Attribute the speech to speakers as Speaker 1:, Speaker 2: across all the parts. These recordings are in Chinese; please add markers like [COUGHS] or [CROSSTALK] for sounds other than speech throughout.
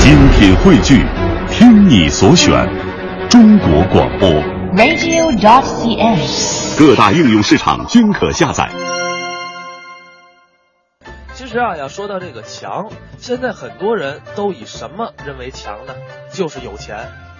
Speaker 1: 精品汇聚，听你所选，中国广播。
Speaker 2: radio.cn。
Speaker 1: 各大应用市场均可下载。
Speaker 3: 其实啊，要说到这个强，现在很多人都以什么认为强呢？就是有钱。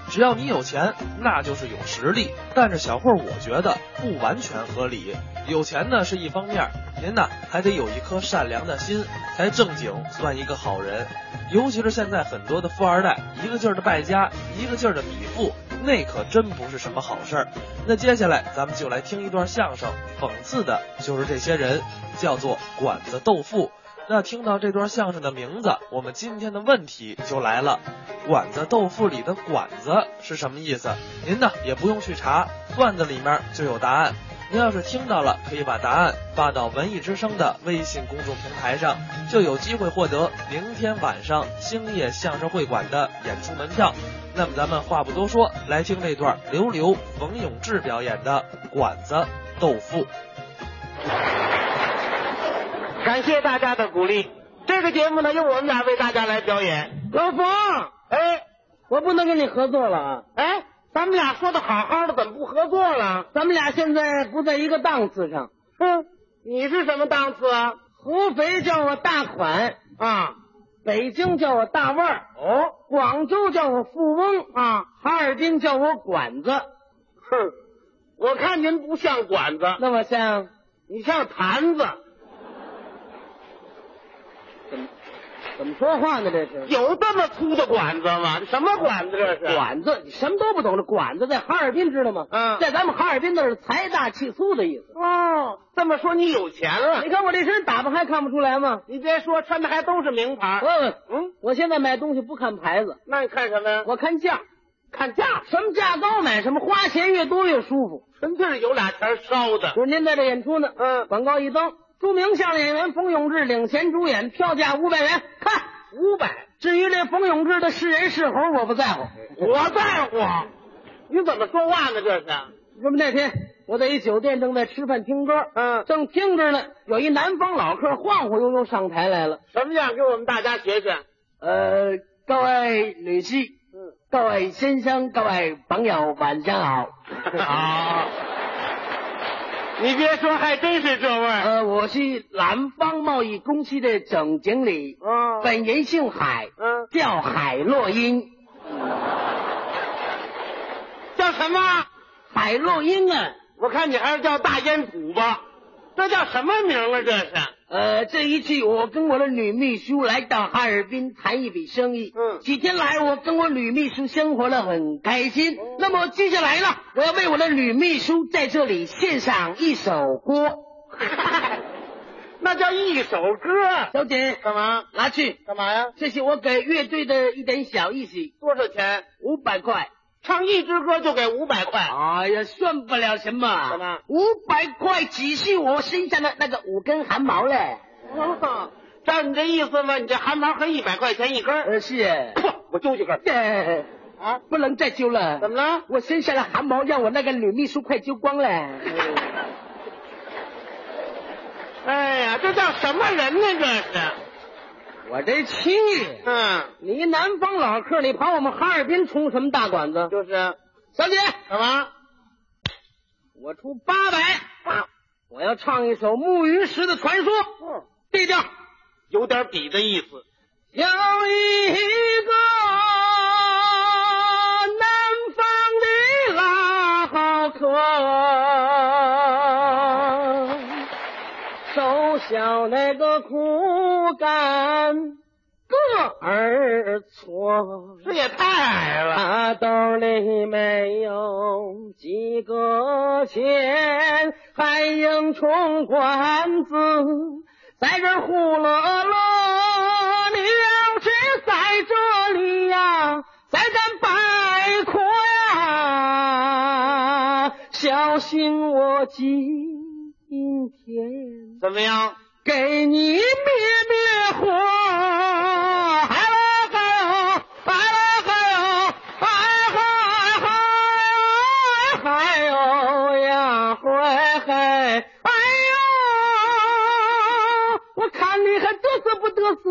Speaker 3: 只要你有钱，那就是有实力。但是小慧儿，我觉得不完全合理。有钱呢是一方面，您呢还得有一颗善良的心，才正经算一个好人。尤其是现在很多的富二代，一个劲儿的败家，一个劲儿的比富，那可真不是什么好事儿。那接下来咱们就来听一段相声，讽刺的就是这些人，叫做馆子豆腐。那听到这段相声的名字，我们今天的问题就来了：馆子豆腐里的“馆子”是什么意思？您呢也不用去查，段子里面就有答案。您要是听到了，可以把答案发到文艺之声的微信公众平台上，就有机会获得明天晚上星夜相声会馆的演出门票。那么咱们话不多说，来听这段刘刘、冯永志表演的《馆子豆腐》。
Speaker 4: 感谢大家的鼓励。这个节目呢，由我们俩为大家来表演。
Speaker 5: 老冯，
Speaker 4: 哎
Speaker 5: 我不能跟你合作了啊！
Speaker 4: 哎，咱们俩说的好好的，怎么不合作了？
Speaker 5: 咱们俩现在不在一个档次上。
Speaker 4: 哼，你是什么档次啊？
Speaker 5: 合肥叫我大款，
Speaker 4: 啊，
Speaker 5: 北京叫我大腕儿，
Speaker 4: 哦，
Speaker 5: 广州叫我富翁，
Speaker 4: 啊，
Speaker 5: 哈尔滨叫我管子。
Speaker 4: 哼，我看您不像管子，
Speaker 5: 那我像
Speaker 4: 你像坛子，
Speaker 5: 怎么说话呢？这是
Speaker 4: 有这么粗的管子吗？什么管子这是？
Speaker 5: 管子，你什么都不懂。这管子在哈尔滨知道吗？
Speaker 4: 嗯
Speaker 5: 在咱们哈尔滨那是财大气粗的意思。
Speaker 4: 哦，这么说你有钱啊了
Speaker 5: 你？看我这身打扮还看不出来吗？
Speaker 4: 嗯你别说，穿的还都是名牌。
Speaker 5: 问，
Speaker 4: 嗯，
Speaker 5: 我现在买东西不看牌子，
Speaker 4: 那你看什么呀？
Speaker 5: 我看价，
Speaker 4: 看价，
Speaker 5: 什么价高买什么，花钱越多越舒服。
Speaker 4: 纯粹是有俩钱烧的
Speaker 5: 比。如您在这演出呢，
Speaker 4: 嗯
Speaker 5: 广告一登，著名相声演员冯永志领衔主演，票价五百元，看
Speaker 4: 五百，
Speaker 5: 至于这冯永志的是人是猴，我不在乎。
Speaker 4: 我在乎。你怎么说话呢？这是？
Speaker 5: 那么那天我在一酒店正在吃饭听歌，
Speaker 4: 嗯
Speaker 5: 正听着呢，有一南方老客晃晃悠悠上台来了，
Speaker 4: 什么样？给我们大家学学。
Speaker 5: 呃，各位女士，
Speaker 4: 嗯
Speaker 5: 各位先生，各位朋友，晚上好。
Speaker 4: [LAUGHS]
Speaker 5: 啊
Speaker 4: 好，你别说，还真是这味儿。
Speaker 5: 呃，我是南方贸易公司的总经理，
Speaker 4: 嗯
Speaker 5: 本人姓海，
Speaker 4: 嗯，
Speaker 5: 叫海洛因。
Speaker 4: 叫什么？
Speaker 5: 海洛因啊，
Speaker 4: 我看你还是叫大烟土吧。这叫什么名啊？这是？
Speaker 5: 呃，这一次我跟我的女秘书来到哈尔滨谈一笔生意。
Speaker 4: 嗯
Speaker 5: 几天来我跟我女秘书生活的很开心。
Speaker 4: 哦
Speaker 5: 那么接下来呢，我要为我的女秘书在这里献上一首
Speaker 4: [LAUGHS]
Speaker 5: 歌，
Speaker 4: 那叫一首歌。
Speaker 5: 小姐
Speaker 4: 干嘛？
Speaker 5: 拿去，
Speaker 4: 干嘛呀？
Speaker 5: 这是我给乐队的一点小意思，
Speaker 4: 多少钱？
Speaker 5: 五百块。
Speaker 4: 唱一支歌就给五百块。
Speaker 5: 哎呀，算不了什么，
Speaker 4: 怎么
Speaker 5: 五百块只是我身上的那个五根汗毛了。
Speaker 4: 哦，照你这意思嘛，你这汗毛和一百块钱一根儿。
Speaker 5: 呃，
Speaker 4: [LAUGHS]
Speaker 5: 是，
Speaker 4: [COUGHS] 我揪几根儿
Speaker 5: 这
Speaker 4: 啊？
Speaker 5: 不能再揪了。
Speaker 4: 怎么了？
Speaker 5: 我身上的汗毛让我那个女秘书快揪光了。
Speaker 4: 哎呀，这叫什么人呢？这是，
Speaker 5: 我这气！
Speaker 4: 嗯，
Speaker 5: 你一南方老客，你跑我们哈尔滨充什么大馆子？
Speaker 4: 就是干
Speaker 5: 小姐，
Speaker 4: 嘛？
Speaker 5: 我出八百，啊我要唱一首《木鱼石的传说》。
Speaker 4: 嗯，
Speaker 5: 对调。
Speaker 4: 有点比的意思。
Speaker 5: 有一个南方的老客，手削那个苦干个儿矬，
Speaker 4: 这也太矮了。
Speaker 5: 他兜里没有几个钱，还硬充管子，在这儿呼啦啦，你要是在这里呀，在咱摆阔呀，小心我今天。
Speaker 4: 怎么样？
Speaker 5: 给你灭灭火！哎呦嗨呦，哎呦嗨呦，哎嗨嗨呦，嗨呦呀，嗨嗨！哎呦，我看你还嘚瑟不嘚瑟？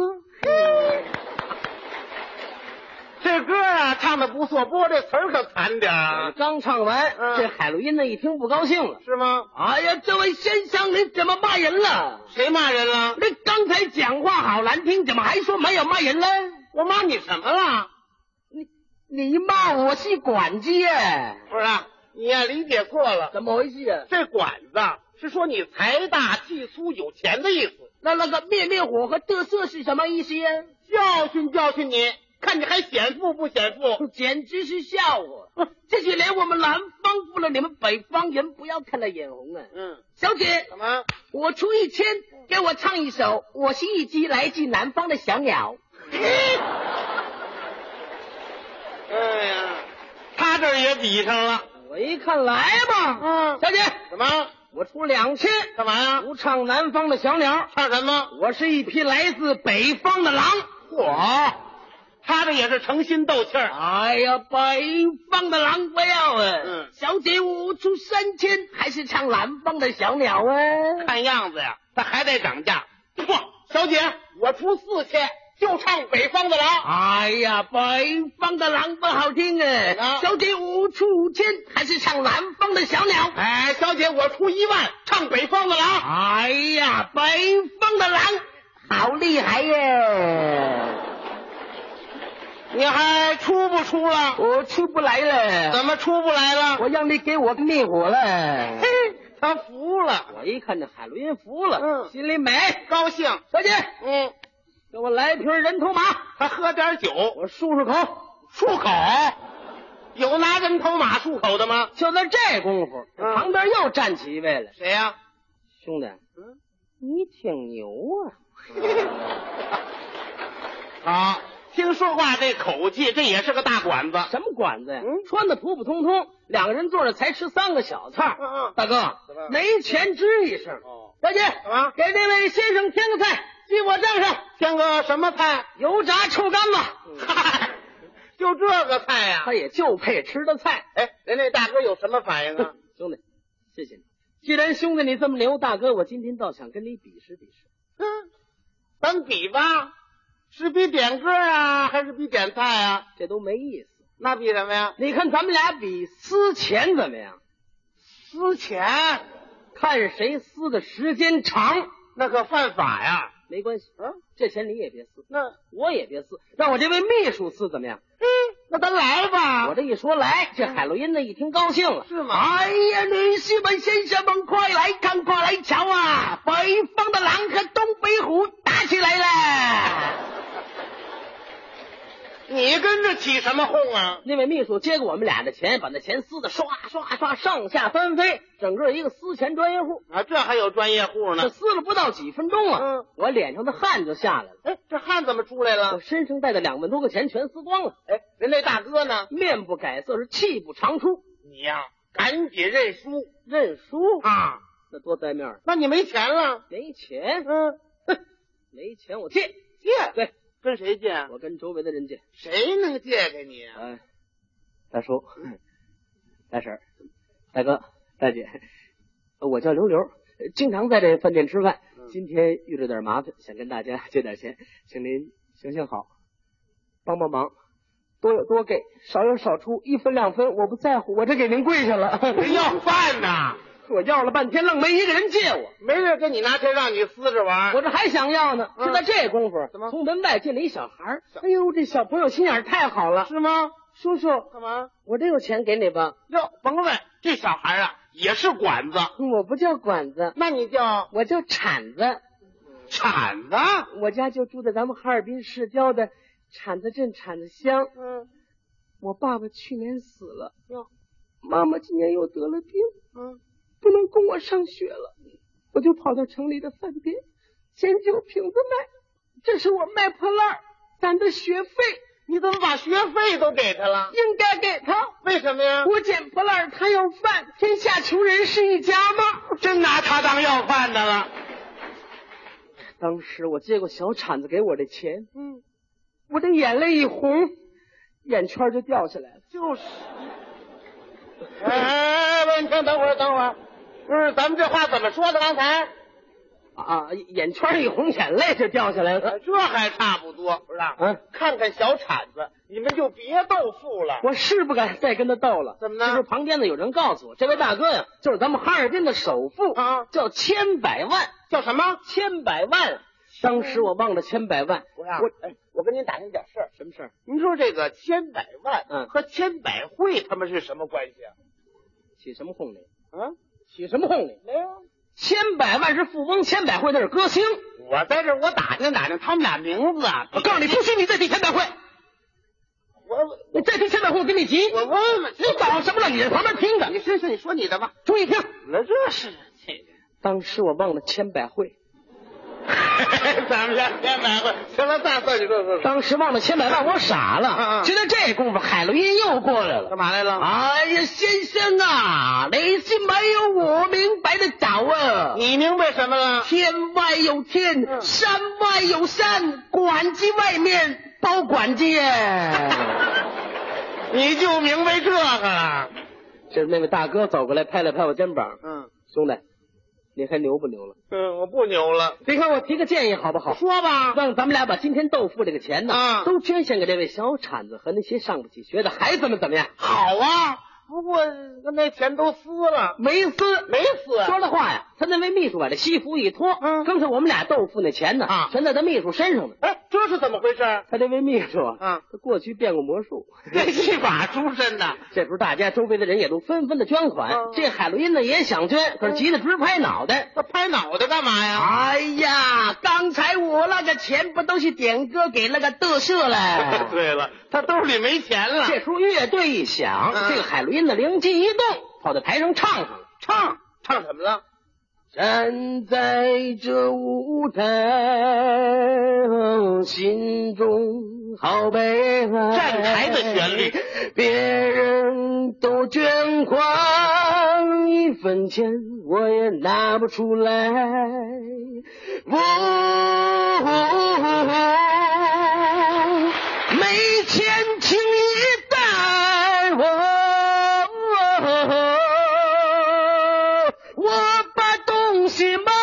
Speaker 4: 这歌啊唱的不错，不过这词儿可惨点儿，
Speaker 5: 刚唱完，
Speaker 4: 嗯
Speaker 5: 这海洛因呢一听不高兴了。
Speaker 4: 是吗？
Speaker 5: 哎呀，这位先生，你怎么骂人了？
Speaker 4: 谁骂人了？
Speaker 5: 那刚才讲话好难听，怎么还说没有骂人呢？
Speaker 4: 我骂你什么了？
Speaker 5: 你骂我是管家，
Speaker 4: 不是、啊，你呀、理解错了。
Speaker 5: 怎么回事啊？
Speaker 4: 这管子是说你财大气粗、有钱的意思。
Speaker 5: 那那个灭灭火和得瑟是什么意思呀？
Speaker 4: 教训教训你，看你还显富不显富？
Speaker 5: 简直是笑话！这几年我们南方服了你们北方人，不要看了眼红啊！
Speaker 4: 嗯，
Speaker 5: 小姐，
Speaker 4: 怎么？
Speaker 5: 我出一千，给我唱一首《我是一只来自南方的小鸟
Speaker 4: 哎呀，他这儿也比上了。》。
Speaker 5: 我一看来吧，
Speaker 4: 嗯，
Speaker 5: 小姐，
Speaker 4: 怎么？
Speaker 5: 我出两千，
Speaker 4: 干嘛呀？
Speaker 5: 不唱南方的小鸟，
Speaker 4: 唱什么？
Speaker 5: 我是一匹来自北方的狼。
Speaker 4: 嚯，他这也是诚心斗气儿。
Speaker 5: 哎呀，北方的狼不要啊！
Speaker 4: 嗯
Speaker 5: 小姐，我出三千，还是唱南方的小鸟啊？
Speaker 4: 看样子呀，他还得涨价。嚯，小姐，我出四千，就唱北方的狼。
Speaker 5: 哎呀，北方的狼不好听啊！
Speaker 4: 啊
Speaker 5: 小姐，我出五千，还是唱南方的小鸟。
Speaker 4: 哎，小姐，我出一万，唱北方的狼。
Speaker 5: 哎呀，北方的狼好厉害耶！
Speaker 4: 你还出不出了？
Speaker 5: 我出不来了，
Speaker 4: 怎么出不来了？
Speaker 5: 我让你给我灭火了
Speaker 4: 嘿。，他服了，
Speaker 5: 我一看这海伦服了，
Speaker 4: 嗯
Speaker 5: 心里美。
Speaker 4: 高兴。
Speaker 5: 小姐，
Speaker 4: 嗯，
Speaker 5: 给我来瓶人头马，
Speaker 4: 他喝点酒，
Speaker 5: 我漱漱口。
Speaker 4: 漱口。有拿人头马漱口的吗？
Speaker 5: 就在这功夫，
Speaker 4: 嗯
Speaker 5: 旁边又站起一位来，
Speaker 4: 谁呀、
Speaker 5: 兄弟，
Speaker 4: 嗯
Speaker 5: 你挺牛啊！
Speaker 4: 啊，听说话这口气，这也是个大管子。 [LAUGHS]
Speaker 5: 什么管子呀？
Speaker 4: 嗯
Speaker 5: 穿的普普通通，两个人坐着才吃三个小菜。
Speaker 4: 嗯嗯
Speaker 5: 大哥
Speaker 4: 怎么，样
Speaker 5: 没钱吱一声。
Speaker 4: 哦，
Speaker 5: 小姐，
Speaker 4: 么
Speaker 5: 给这位先生添个菜，记我账上。
Speaker 4: 添个什么菜？嗯
Speaker 5: 油炸臭干巴，
Speaker 4: 嗨，就这个菜呀、
Speaker 5: [LAUGHS] 他也就配吃的菜。
Speaker 4: 哎，人那大哥有什么反
Speaker 5: [LAUGHS]
Speaker 4: 应啊？
Speaker 5: 兄弟，谢谢你。既然兄弟你这么牛，大哥我今天倒想跟你比试比试。
Speaker 4: 嗯，咱比吧，是比点歌啊，还是比点菜啊？
Speaker 5: 这都没意思。
Speaker 4: 那比什么呀？
Speaker 5: 你看咱们俩比撕钱怎么样？
Speaker 4: 撕钱，
Speaker 5: 看谁撕的时间长。
Speaker 4: 那可犯法呀。
Speaker 5: 没关系，啊，这钱你也别撕，
Speaker 4: 那，
Speaker 5: 我也别撕，让我这位秘书撕怎么样？
Speaker 4: 嗯，那咱来吧。
Speaker 5: 我这一说来，这海洛因呢一听高兴了，
Speaker 4: 是啊吗
Speaker 5: 哎呀，女士们、先生们，快来看，快来瞧啊！北方的狼和东北虎打起来了。
Speaker 4: 你跟着起什么哄啊？
Speaker 5: 那位秘书接过我们俩的钱，把那钱撕的唰唰唰上下翻飞，整个一个撕钱专业户。
Speaker 4: 啊，这还有专业户
Speaker 5: 这
Speaker 4: 呢。
Speaker 5: 撕了不到几分钟啊，
Speaker 4: 嗯
Speaker 5: 我脸上的汗就下来了，
Speaker 4: 哎，这汗怎么出来
Speaker 5: 我
Speaker 4: 了？
Speaker 5: 身上带的两万多块钱全撕光了，
Speaker 4: 哎，人那大哥呢？
Speaker 5: 面不改色，是气不长出。
Speaker 4: 你呀、赶紧认输
Speaker 5: 认输，
Speaker 4: 啊！
Speaker 5: 那多呆面儿！
Speaker 4: 那你没钱了？
Speaker 5: 没钱，
Speaker 4: 嗯，
Speaker 5: 没钱我借。
Speaker 4: 借
Speaker 5: 对，
Speaker 4: 跟谁借啊？
Speaker 5: 我跟周围的人借。
Speaker 4: 谁能借给你啊？
Speaker 5: 哎，大叔，大婶儿，大哥，大姐，我叫刘刘，呃经常在这饭店吃饭。
Speaker 4: 嗯
Speaker 5: 今天遇着点麻烦，想跟大家借点钱，请您行行好，帮帮忙。多有多给，少有少出，一分两分我不在乎，我这给您跪下了。
Speaker 4: 谁要饭呐？
Speaker 5: 我要了半天，愣没一个人借我。
Speaker 4: 没人跟你拿钱让你撕着玩儿。
Speaker 5: 我这还想要呢，
Speaker 4: 嗯
Speaker 5: 就在这功夫，
Speaker 4: 怎么
Speaker 5: 从门外进来一小孩儿？哎呦，这小朋友心眼儿太好了。
Speaker 4: 是吗？
Speaker 5: 叔叔，
Speaker 4: 干嘛？
Speaker 5: 我这有钱给你吧，
Speaker 4: 哟，甭问，这小孩啊也是管子，
Speaker 5: 我不叫管子，
Speaker 4: 那你叫
Speaker 5: 我叫铲子。
Speaker 4: 铲子。
Speaker 5: 我家就住在咱们哈尔滨市郊的铲子镇铲子乡。
Speaker 4: 嗯
Speaker 5: 我爸爸去年死了
Speaker 4: 哟，
Speaker 5: 妈妈今年又得了病，
Speaker 4: 嗯，
Speaker 5: 不能供我上学了，我就跑到城里的饭店捡酒瓶子卖，这是我卖破烂儿攒的学费，
Speaker 4: 你怎么把学费都给他了？
Speaker 5: 应该给他。
Speaker 4: 为什么呀？
Speaker 5: 我捡破烂儿，他要饭，天下穷人是一家吗？
Speaker 4: 真拿他当要饭的了。
Speaker 5: 当时我接过小铲子给我的钱，
Speaker 4: 嗯，
Speaker 5: 我这眼泪一红，眼圈就掉下来了。
Speaker 4: 就是。哎哎哎，你先等会儿，等会儿。不是，咱们这话怎么说的？刚才
Speaker 5: 啊，眼圈一红，眼泪就掉下来了。
Speaker 4: 这还差不多，不是啊？
Speaker 5: 嗯
Speaker 4: 看看小铲子，你们就别斗富了。
Speaker 5: 我是不敢再跟他斗了。
Speaker 4: 怎么呢
Speaker 5: 就是旁边呢有人告诉我，这位大哥呀，就是咱们哈尔滨的首富
Speaker 4: 啊
Speaker 5: 叫千百万，
Speaker 4: 叫什么？
Speaker 5: 千百万。当时我忘了千百万，
Speaker 4: 我呀，
Speaker 5: 我
Speaker 4: 我哎，我跟您打听点事儿。
Speaker 5: 什么事儿？
Speaker 4: 您说这个千百万，
Speaker 5: 嗯
Speaker 4: 和千百惠他们是什么关系啊？
Speaker 5: 起什么哄你？
Speaker 4: 嗯，
Speaker 5: 起什么哄你？
Speaker 4: 没有。
Speaker 5: 千百万是富翁，千百惠那是歌星。
Speaker 4: 我在这儿我打听打听他们俩名字啊。
Speaker 5: 我告诉你，不许你再提千百惠，
Speaker 4: 我
Speaker 5: 你再提千百惠，我跟你急。
Speaker 4: 我问问
Speaker 5: 你搞什么了？你在旁边听着
Speaker 4: 你，试试，你说你的吧。
Speaker 5: 注意听。
Speaker 4: 那这是这个。
Speaker 5: 当时我忘了千百惠，
Speaker 4: [LAUGHS] 咱们家千百惠，行了，大算你说说说。
Speaker 5: 当时忘了千百万，我傻
Speaker 4: 嗯
Speaker 5: 了。
Speaker 4: 嗯
Speaker 5: 就在这功夫，海洛因又过来了。
Speaker 4: 嘛来了
Speaker 5: 哎呀，先生啊，你是没有我明白的早啊！
Speaker 4: 你明白什么 [LAUGHS] 了？
Speaker 5: 天外有天，
Speaker 4: 嗯
Speaker 5: 山外有山，管机外面包管机 [LAUGHS] 耶。
Speaker 4: 你就明白这个了。
Speaker 5: 这那位大哥走过来拍了拍我肩膀，
Speaker 4: 嗯
Speaker 5: 兄弟，你还牛不牛了？
Speaker 4: 嗯，我不牛了。
Speaker 5: 你看我提个建议好不好？
Speaker 4: 说吧。
Speaker 5: 让咱们俩把今天豆腐这个钱呢，
Speaker 4: 啊
Speaker 5: 都捐献给这位小铲子和那些上不起学的孩子们，怎么样？
Speaker 4: 好啊，不过那钱都撕了，
Speaker 5: 没私，
Speaker 4: 没撕啊
Speaker 5: 说的话呀，他那位秘书把这西服一脱，
Speaker 4: 嗯
Speaker 5: 刚才我们俩豆腐那钱呢，
Speaker 4: 啊
Speaker 5: 全在他秘书身上呢。
Speaker 4: 哎，这是怎么回事？
Speaker 5: 他这位秘书啊，
Speaker 4: 啊
Speaker 5: 他过去变过魔 [LAUGHS] 术。
Speaker 4: [LAUGHS] 这戏法出身的，
Speaker 5: 这不是大家周围的人也都纷纷的捐款，
Speaker 4: 嗯
Speaker 5: 这海洛因呢也想捐，可是急得直拍脑袋。
Speaker 4: [LAUGHS] 他拍脑袋干嘛呀？
Speaker 5: 哎呀，刚才我那个钱不都是点哥给那个德社 [LAUGHS] 了？
Speaker 4: 啊对了，他兜里没钱了，
Speaker 5: 这时候乐队一响，
Speaker 4: 啊嗯
Speaker 5: 这个海洛因呢灵机一动，跑到台上唱上了。
Speaker 4: 唱唱什么了？
Speaker 5: 站在这舞台，心中好悲哀。
Speaker 4: 站台的旋律，
Speaker 5: 别人都捐款，一分钱我也拿不出来。我没钱，请你带我。我把东西卖哦